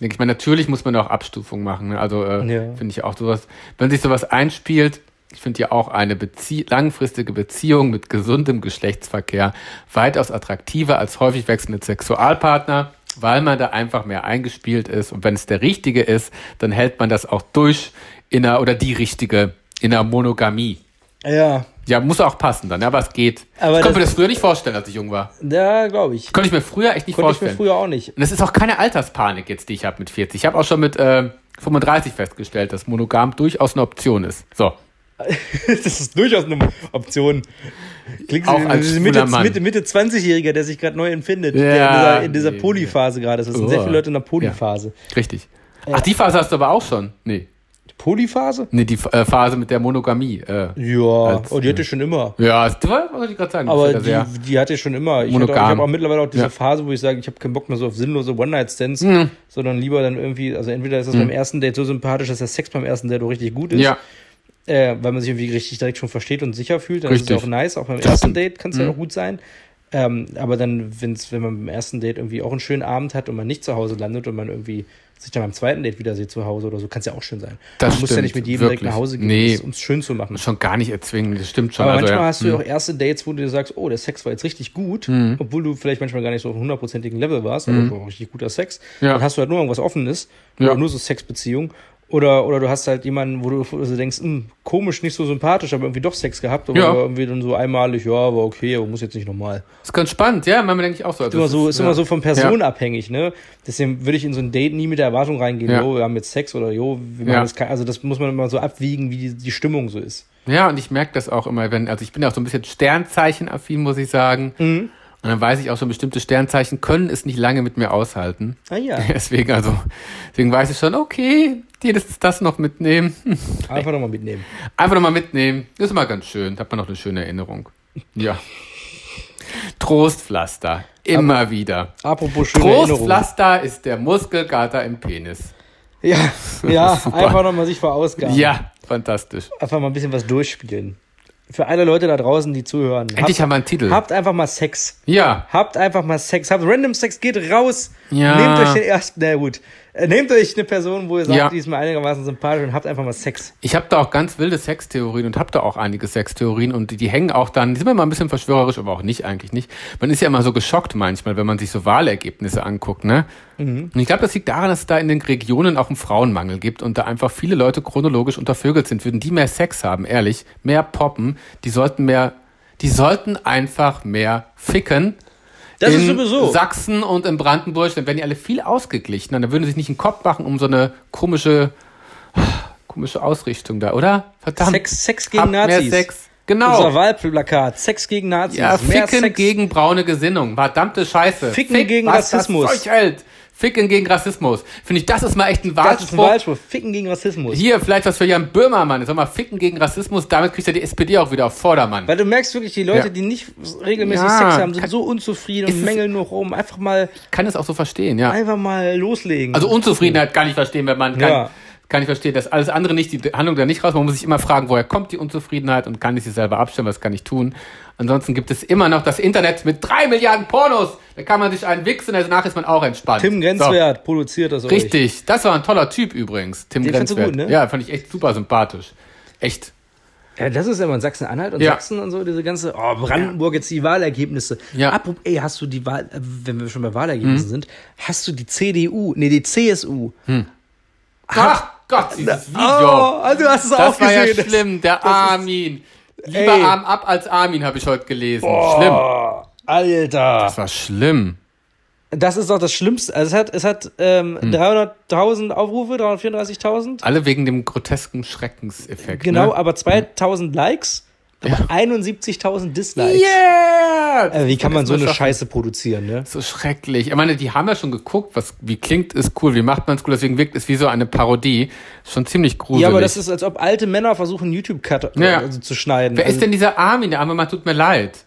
A: Denke ich mal, natürlich muss man da auch Abstufung machen. ne? Also äh,
B: Ja.
A: finde ich auch sowas. Wenn sich sowas einspielt, ich finde ja auch eine Bezie langfristige Beziehung mit gesundem Geschlechtsverkehr weitaus attraktiver als häufig wechselnde Sexualpartner, weil man da einfach mehr eingespielt ist. Und wenn es der Richtige ist, dann hält man das auch durch in einer, oder die Richtige in einer Monogamie.
B: Ja,
A: Ja, muss auch passen dann, ja, aber es geht.
B: Aber
A: ich konnte
B: das-
A: mir das früher nicht vorstellen, als ich jung war.
B: da glaube ich.
A: Konnte ich mir früher echt nicht
B: Konnte ich mir
A: vorstellen.
B: früher auch nicht.
A: Und das ist auch keine Alterspanik jetzt, die ich habe mit 40. Ich habe auch schon mit äh, 35 festgestellt, dass monogam durchaus eine Option ist. So,
B: Das ist durchaus eine Option. Klingt
A: Auch
B: so-
A: als
B: diese
A: schwuler
B: Mitte,
A: Mann.
B: Mitte, Mitte 20-Jähriger, der sich gerade neu empfindet, der in
A: Ja,
B: dieser, in dieser
A: nee,
B: Polyphase gerade ist. Das sind
A: Oh.
B: sehr viele Leute in der Polyphase.
A: richtig. Ach, die Phase hast du aber auch schon. Nee,
B: Polyphase?
A: nee die äh, Phase mit der Monogamie. Äh.
B: Ja,
A: Als-
B: oh, die hatte ich schon immer.
A: Ja, das war, was wollte ich gerade sagen?
B: Aber
A: das ist ja
B: die, die hatte ich schon immer. Ich, hatte auch- ich
A: Monogam.
B: habe auch mittlerweile auch diese
A: Ja. Mhm.
B: Phase, wo ich sage, ich habe keinen Bock mehr so auf sinnlose One-Night-Stands, sondern lieber dann irgendwie, also entweder ist das beim ersten Date so sympathisch, dass der Sex beim ersten Date auch richtig gut ist,
A: ja,
B: äh, weil man sich irgendwie richtig direkt schon versteht und sicher fühlt, dann ist es
A: Richtig.
B: auch nice. Auch beim
A: Das Mhm.
B: ersten
A: stimmt.
B: Date kann es ja auch gut sein. Ähm, aber dann, wenn's, wenn man beim ersten Date irgendwie auch einen schönen Abend hat und man nicht zu Hause landet und man irgendwie sich dann beim zweiten Date wieder sieht zu Hause oder so, kann es ja auch schön sein.
A: Das
B: man muss ja
A: stimmt,
B: nicht mit jedem direkt
A: wirklich.
B: nach Hause gehen,
A: Nee.
B: um es schön zu machen.
A: schon gar nicht erzwingen, das stimmt schon.
B: Aber
A: also,
B: manchmal
A: ja.
B: hast du ja auch erste Dates, wo du dir sagst, oh, der Sex war jetzt richtig gut,
A: Hm.
B: obwohl du vielleicht manchmal gar nicht so auf einem hundertprozentigen Level warst, aber war auch richtig guter Sex.
A: Ja.
B: Dann hast du halt nur irgendwas Offenes,
A: Ja.
B: oder nur so Sexbeziehungen. Oder, oder du hast halt jemanden, wo du, wo du denkst, hm, komisch, nicht so sympathisch, aber irgendwie doch Sex gehabt. Oder
A: Ja.
B: irgendwie dann so einmalig, ja, war okay, aber muss jetzt nicht nochmal.
A: Das ist ganz spannend, ja, manchmal denke ich auch so. Also,
B: Ist, immer so, ist
A: ja.
B: immer so von Person abhängig, ne? Deswegen würde ich in so ein Date nie mit der Erwartung reingehen,
A: Ja.
B: jo, wir haben jetzt Sex oder jo, wir machen
A: Ja.
B: das, kein- also das muss man immer so abwiegen, wie die, die Stimmung so ist.
A: Ja, und ich merke das auch immer, wenn, also ich bin auch so ein bisschen Sternzeichen-affin, muss ich sagen.
B: Mhm.
A: Und dann weiß ich auch schon, bestimmte Sternzeichen können es nicht lange mit mir aushalten.
B: Ah ja,
A: Deswegen, also, deswegen weiß ich schon, okay, dir das, das noch mitnehmen.
B: einfach nochmal mitnehmen.
A: Einfach nochmal mitnehmen. Ist immer ganz schön. Da hat man noch eine schöne Erinnerung. Ja. Trostpflaster. Immer wieder.
B: Apropos schöne Erinnerungen.
A: Trostpflaster ist der Muskelkater im Penis.
B: Ja, ja
A: Super.
B: einfach nochmal sich verausgaben.
A: Ja, fantastisch.
B: Einfach mal ein bisschen was durchspielen. Für alle Leute da draußen, die zuhören.
A: Endlich haben wir einen Titel.
B: habt einfach mal Sex.
A: Ja.
B: Habt einfach mal Sex. Habt Random Sex, geht raus.
A: Ja.
B: Nehmt euch den ersten, na gut. Äh, Nehmt euch eine Person, wo ihr sagt,
A: Ja.
B: die ist mir einigermaßen sympathisch und habt einfach mal Sex.
A: Ich habe da auch ganz wilde Sextheorien und habe da auch einige Sextheorien und die, die hängen auch dann, die sind immer ein bisschen verschwörerisch, aber auch nicht eigentlich nicht. Man ist ja immer so geschockt manchmal, wenn man sich so Wahlergebnisse anguckt, ne? Und ich glaube, das liegt daran, dass es da in den Regionen auch einen Frauenmangel gibt und da einfach viele Leute chronologisch untervögelt sind. Würden die mehr Sex haben, ehrlich, mehr poppen, die sollten mehr, die sollten einfach mehr ficken.
B: Das
A: in
B: ist sowieso.
A: Sachsen und in Brandenburg, dann wären die alle viel ausgeglichener. Dann würden sie sich nicht einen Kopf machen um so eine komische komische Ausrichtung da, oder? Verdammt.
B: Sex, Sex
A: Habt
B: gegen Nazis.
A: Mehr Sex.
B: Unser
A: Genau.
B: Wahlplakat. Sex gegen Nazis.
A: Ja,
B: Mehr
A: Ficken
B: Sex.
A: gegen braune Gesinnung. Verdammte Scheiße.
B: Ficken gegen
A: was
B: Rassismus.
A: Das Zeug hält. Ficken gegen Rassismus. Finde ich, das ist mal echt ein
B: das ist ein
A: Wahlspruch.
B: Wahlspruch. Ficken gegen Rassismus.
A: Hier, vielleicht was für Jan Böhmermann. Sag mal, Ficken gegen Rassismus. Damit kriegt ja die SPD auch wieder auf Vordermann.
B: Weil du merkst wirklich, die Leute,
A: Ja.
B: die nicht regelmäßig
A: Ja,
B: Sex haben, sind
A: kann-
B: so unzufrieden
A: Ist
B: und
A: es-
B: mängeln nur rum. Einfach mal,
A: Ich kann das auch so verstehen, ja.
B: einfach mal loslegen.
A: Also Unzufriedenheit kann ich verstehen, wenn man kann,
B: Ja.
A: kann ich verstehen, dass alles andere nicht, die Handlung da nicht raus. Man muss sich immer fragen, woher kommt die Unzufriedenheit und kann ich sie selber abstellen, was kann ich tun. Ansonsten gibt es immer noch das Internet mit drei Milliarden Pornos. Da kann man sich einen wichsen, also danach ist man auch entspannt.
B: Tim Grenzwert produziert das
A: So, richtig, das war ein toller Typ übrigens, Tim
B: Den fandst du
A: Grenzwert.
B: gut, ne?
A: Ja, fand ich echt super sympathisch. Echt.
B: Euch. Ja, das ist immer in Sachsen-Anhalt und
A: Ja.
B: Sachsen und so, diese ganze, oh, Brandenburg, jetzt die Wahlergebnisse.
A: Ja. Mhm.
B: Apropos, ey, hast du die Wahl, äh, wenn wir schon bei Wahlergebnissen sind, hast du die CDU, nee, die CSU.
A: Hm. Ach Gott, dieses
B: Oh,
A: Video.
B: also du hast es auch
A: das war
B: gesehen.
A: ja schlimm, der Armin. Lieber
B: Ey.
A: Arm ab als Armin, habe ich heute gelesen. Schlimm.
B: Oh, Alter.
A: Das war schlimm.
B: Das ist doch das Schlimmste. Also es hat, es hat ähm,
A: Hm.
B: 300.000 Aufrufe, 334.000.
A: Alle wegen dem grotesken Schreckenseffekt.
B: Genau,
A: Ne?
B: aber 2000 Likes aber 71.000 Dislikes.
A: Yeah!
B: Äh, wie kann man so
A: Das
B: eine
A: schaffen.
B: Scheiße produzieren, ne?
A: So schrecklich. Ich meine, die haben ja schon geguckt, was, wie klingt, ist cool, wie macht man es cool, deswegen wirkt es wie so eine Parodie. Schon ziemlich gruselig.
B: Ja, aber das ist, als ob alte Männer versuchen, YouTube-Cut
A: Ja.
B: also zu schneiden.
A: Wer
B: also,
A: ist denn dieser Armin? Der arme Mann tut mir leid.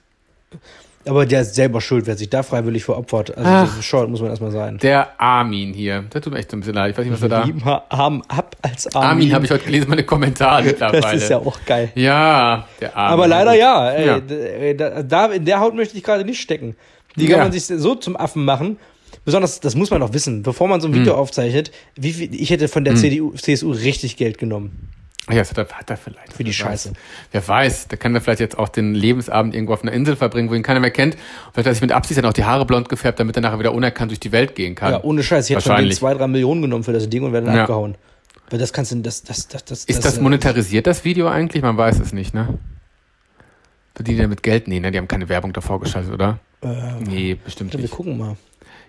B: aber der ist selber schuld, wer sich da freiwillig veropfert. Also,
A: Ach.
B: das ist schuld, muss man erstmal sein.
A: Ah. Der Armin hier. Der tut mir echt so ein bisschen leid. Ich weiß nicht, was er da. Armin,
B: Lieber Arm ab als Armin.
A: habe ich heute gelesen, meine Kommentare mittlerweile.
B: Das ist ja auch geil.
A: Ja, der Armin.
B: Aber leider ja. Ey,
A: Ja.
B: d- äh, Da, da, in der Haut möchte ich gerade nicht stecken. Die
A: Ja.
B: kann man sich so zum Affen machen. Besonders, das muss man doch wissen, bevor man so ein Video
A: Hm.
B: aufzeichnet, wie viel, ich hätte von der CDU, CSU richtig Geld genommen.
A: Ja, das hat er, hat er vielleicht. Für
B: die Scheiße.
A: Wer weiß, da kann er vielleicht jetzt auch den Lebensabend irgendwo auf einer Insel verbringen, wo ihn keiner mehr kennt. Und vielleicht hat er sich mit Absicht dann auch die Haare blond gefärbt, damit er nachher wieder unerkannt durch die Welt gehen kann.
B: Ja, ohne Scheiß, ich hätte von denen
A: Wahrscheinlich.
B: zwei, drei Millionen genommen für das Ding und wäre dann
A: Ja.
B: abgehauen. Weil das kannst du, das, das, das, das.
A: Ist das
B: äh,
A: monetarisiert, das Video eigentlich? Man weiß es nicht, ne? Verdienen die damit Geld? Nee, ne? Die haben keine Werbung davor geschaltet, oder? nee, bestimmt
B: äh, Warte, wir
A: nicht.
B: gucken mal.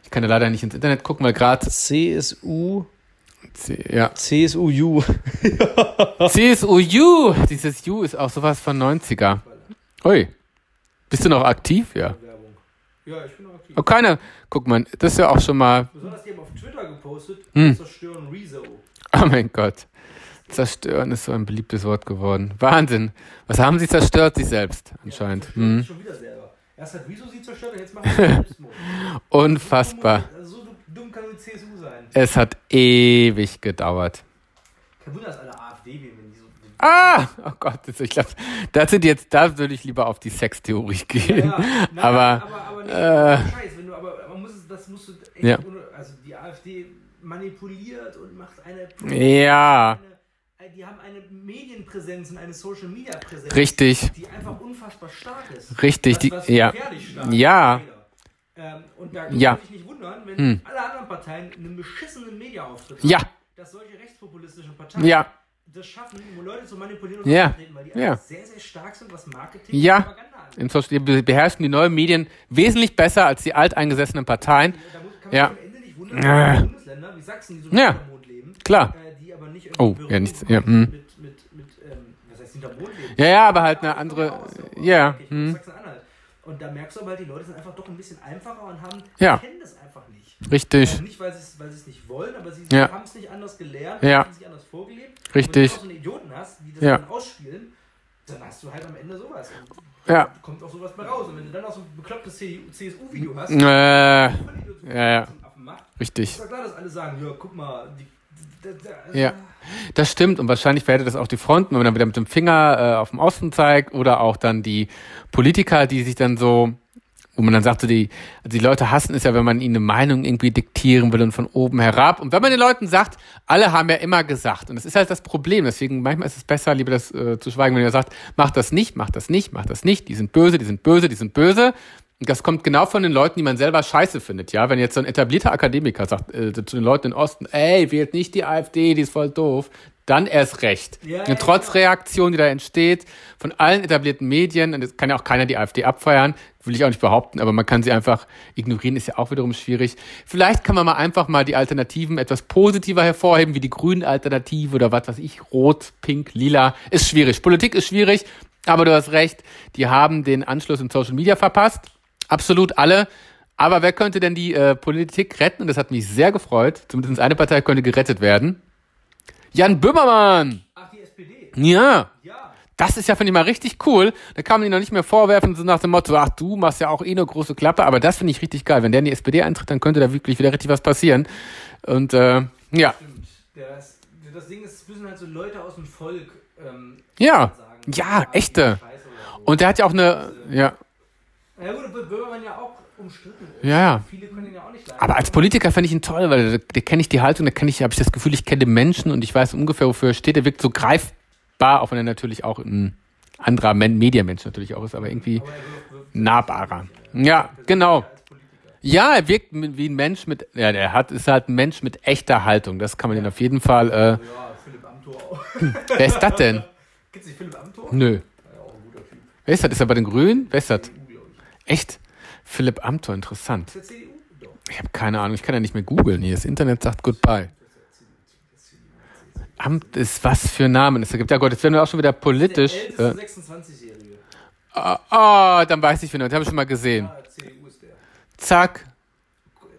A: Ich kann ja leider nicht ins Internet gucken, weil gerade.
B: CSU,
A: Ja.
B: CSUU. Ah.
A: CSUU! Dieses U ist auch sowas von 90er. Ui. Bist du noch aktiv? Ja.
B: Ja, ich bin auch aktiv.
A: Oh, keiner. Guck mal, das ist ja auch schon mal.
B: Besonders die haben auf Twitter gepostet,
A: Hm.
B: zerstören Rezo.
A: Oh mein Gott. Zerstören ist so ein beliebtes Wort geworden. Wahnsinn. Was haben sie zerstört? Sie selbst, anscheinend. Hm.
B: Schon wieder selber. Erst hat Rezo sie zerstört und jetzt machen sie Selbstmord.
A: Unfassbar.
B: So dumm kann nur die CSU sein.
A: Es hat ewig gedauert.
B: Kein Wunder, dass alle AfD wählen, wenn die so.
A: Ah! Oh Gott, das- ich glaube, da sind jetzt, da würde ich lieber auf die Sextheorie gehen. aber,
B: aber, aber nicht,
A: äh,
B: Scheiß, wenn du, aber, aber muss es, das musst du echt.
A: Ja.
B: ohne- Also die AfD manipuliert und macht eine.
A: ja,
B: eine die haben eine Medienpräsenz und eine Social Media Präsenz,
A: richtig,
B: die einfach unfassbar stark ist.
A: richtig,
B: was,
A: die,
B: was
A: ja,
B: gefährlich stark
A: Ja.
B: ist. Ähm, und da
A: Ja. Hm.
B: würde ich nicht wundern, wenn alle anderen Parteien einen beschissenen Mediaauftritt haben,
A: ja,
B: dass solche rechtspopulistischen Parteien
A: ja,
B: das schaffen, um Leute zu manipulieren und
A: Ja.
B: zu vertreten, weil die
A: Ja.
B: einfach sehr, sehr stark sind, was Marketing
A: Ja.
B: und Propaganda angeht.
A: im Social, die beherrschen die neuen Medien wesentlich besser als die alteingesessenen Parteien.
B: Da muss, kann man
A: Ja.
B: sich am Ende nicht wundern, dass
A: Äh.
B: Bundesländer wie Sachsen, die so
A: Ja.
B: hinterm Mond leben,
A: Klar.
B: äh, die aber nicht
A: Oh,
B: irgendwie
A: ja, nichts,
B: Berührung
A: ja,
B: haben
A: mm.
B: mit, mit, mit ähm, was heißt hinterm Mond leben?
A: Ja, ja, aber halt eine
B: Aber
A: andere,
B: das ist doch
A: ja,
B: okay,
A: hm.
B: Sachsen-Anhalt. Und da merkst du aber halt, die Leute sind einfach doch ein bisschen einfacher und haben,
A: Ja.
B: kennen das einfach nicht.
A: richtig,
B: Also nicht, weil sie es- weil sie es nicht wollen, aber sie
A: Ja.
B: haben es nicht anders gelernt,
A: Ja.
B: haben es nicht anders vorgelebt.
A: Richtig.
B: Und wenn du auch so einen Idioten hast, die das
A: Ja.
B: dann ausspielen, dann hast du halt am Ende sowas. Und
A: ja,
B: kommt auch sowas bei raus. Und wenn du dann auch so ein beklopptes CSU-Video hast,
A: äh, ja,
B: wenn du so
A: ja,
B: zum Affen macht,
A: richtig.
B: ist doch klar, dass alle sagen, ja, guck mal, die, also da, da,
A: Ja, das stimmt. Und wahrscheinlich werde das auch die Fronten, wenn man dann wieder mit dem Finger äh, auf den Osten zeigt oder auch dann die Politiker, die sich dann so, wo man dann sagt, so die, also die Leute hassen es ja, wenn man ihnen eine Meinung irgendwie diktieren will und von oben herab. Und wenn man den Leuten sagt, alle haben ja immer gesagt. Und das ist halt das Problem. Deswegen manchmal ist es besser, lieber das äh, zu schweigen, wenn ihr sagt, macht das nicht, macht das nicht, macht das nicht. Die sind böse, die sind böse, die sind böse. Und Das kommt genau von den Leuten, die man selber scheiße findet, ja. Wenn jetzt so ein etablierter Akademiker sagt äh, zu den Leuten im Osten, ey, wählt nicht die AfD, die ist voll doof, dann erst recht.
B: Ja,
A: Eine
B: ja,
A: Trotzreaktion, die da entsteht, von allen etablierten Medien, und das kann ja auch keiner die AfD abfeiern, will ich auch nicht behaupten, aber man kann sie einfach ignorieren, ist ja auch wiederum schwierig. Vielleicht kann man mal einfach mal die Alternativen etwas positiver hervorheben, wie die grünen Alternative oder was weiß ich, rot, pink, lila, ist schwierig. Politik ist schwierig, aber du hast recht, die haben den Anschluss in Social Media verpasst. Absolut alle. Aber wer könnte denn die äh, Politik retten? Und das hat mich sehr gefreut. Zumindest eine Partei könnte gerettet werden. Jan Böhmermann!
B: ach, die SPD,
A: Ja,
B: ja.
A: das ist ja, finde ich mal richtig cool. Da kann man ihn noch nicht mehr vorwerfen, so nach dem Motto, ach, du machst ja auch eh eine große Klappe. Aber das finde ich richtig geil. Wenn der in die SPD eintritt, dann könnte da wirklich wieder richtig was passieren. Und äh, ja,
B: Stimmt. Das, das Ding ist, es müssen halt so Leute aus dem Volk ähm,
A: ja,
B: sagen.
A: ja,
B: die
A: echte.
B: Scheiße oder so.
A: Und der hat ja auch eine, ja,
B: Na gut, obwohl Böhmermann ja auch umstritten ist.
A: ja, ja.
B: Viele können ihn ja auch nicht leiden.
A: Aber als Politiker fände ich ihn toll, weil da, da kenne ich die Haltung, da kenne ich, habe ich das Gefühl, ich kenne den Menschen und ich weiß ungefähr, wofür er steht. Er wirkt so greifbar, auch wenn er natürlich auch ein anderer Men Mediamensch natürlich auch ist, aber irgendwie
B: Aber er wird- wird-
A: nahbarer. Ja, genau.
B: als Politiker.
A: Ja, er wirkt mit- wie ein Mensch mit, ja, er hat, ist halt ein Mensch mit echter Haltung. Das kann man ihn auf jeden Fall,
B: Ja, Philipp Amthor auch.
A: äh, wer ist das denn?
B: Kennst du nicht Philipp Amthor?
A: Nö.
B: Ja, auch ein guter Typ.
A: Wer ist das? Ist er bei den Grünen? Wer ist das?
B: CDU, glaube ich.
A: Echt? Philipp Amthor, interessant.
B: Der CDU? Doch.
A: Ich habe keine Ahnung, ich kann ja nicht mehr googeln hier. Das Internet sagt goodbye. Amt ist was für Namen. Es gibt ja Gott, jetzt werden wir auch schon wieder
B: Der
A: politisch.
B: älteste
A: Äh,
B: 26-Jährige.
A: Ah, ah, dann weiß ich, wen heute. Habe ich schon mal gesehen.
B: Ah, CDU ist der.
A: Zack.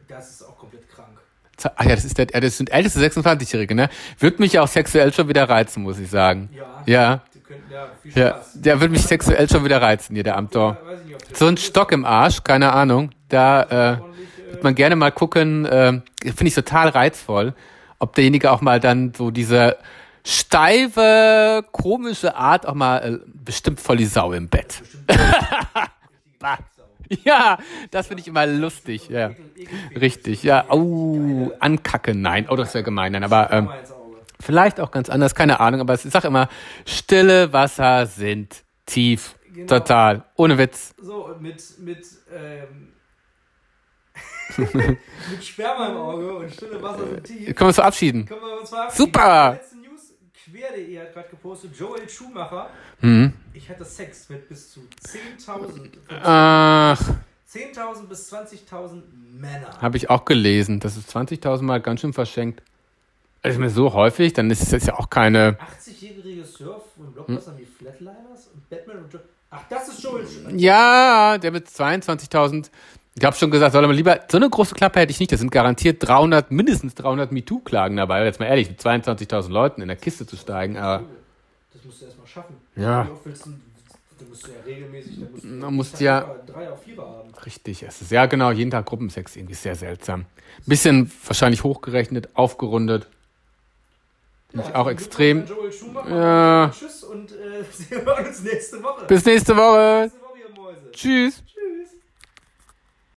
B: Das ist auch komplett krank.
A: Zack. Ach ja, das, ist der, ja, das sind älteste 26-Jährige, ne? Würde mich auch sexuell schon wieder reizen, muss ich sagen.
B: Ja.
A: Ja.
B: Die könnten ja viel
A: Ja,
B: Spaß.
A: der würde mich sexuell schon wieder reizen, hier, der Amtor.
B: Weiß ich nicht, ob der
A: So ein Stock im Arsch, keine Ahnung. Da äh, wird man gerne mal gucken, äh, finde ich total reizvoll, ob derjenige auch mal dann so diese steife, komische Art auch mal äh, bestimmt voll die Sau im Bett. Bah. ja, das finde ich immer lustig. Ja. Richtig, ja. Oh, ankacken, nein. Oh, das wäre gemein, nein. Aber ähm,
B: mal ins Auge.
A: vielleicht auch ganz anders, keine Ahnung. Aber ich sag immer, stille Wasser sind tief.
B: Genau.
A: Total. Ohne Witz.
B: So, und mit, mit, ähm, mit Sperma im Auge und stille Wasser sind tief.
A: Können wir uns verabschieden?
B: Können wir uns verabschieden.
A: Super!
B: Die letzte News, quer.de hat gerade gepostet, Joel Schumacher.
A: Mhm.
B: Ich hatte Sex mit bis zu 10.000
A: Ach,
B: 10.000 bis 20.000 Männer.
A: habe ich auch gelesen. Das ist 20.000 Mal ganz schön verschenkt. Das ist mir so häufig, dann ist es ja auch keine.
B: 80-jährige Surf- und Blockbuster
A: Hm?
B: wie Flatliners und Batman und jo Ach, das ist Joel Schumacher.
A: Ja, der mit 22.000. Ich habe schon gesagt, soll er mal lieber. So eine große Klappe hätte ich nicht. Das sind garantiert 300, mindestens 300 MeToo-Klagen dabei. Jetzt mal ehrlich, mit 22.000 Leuten in der Kiste zu steigen. Aber
B: Das musst du erstmal schaffen.
A: Ja.
B: Wie oft willst du, da musst du ja regelmäßig, da musst du,
A: Man muss
B: jeden
A: ja-
B: Tag drei auf Fieber haben.
A: richtig, es ist ja genau jeden Tag Gruppensex irgendwie sehr seltsam. Bisschen wahrscheinlich hochgerechnet, aufgerundet. Finde ich auch extrem.
B: also Joel Schumacher.
A: Ja.
B: Tschüss und äh, sehen wir uns nächste Woche.
A: Bis nächste Woche.
B: nächste Woche, ihr Mäuse.
A: Tschüss.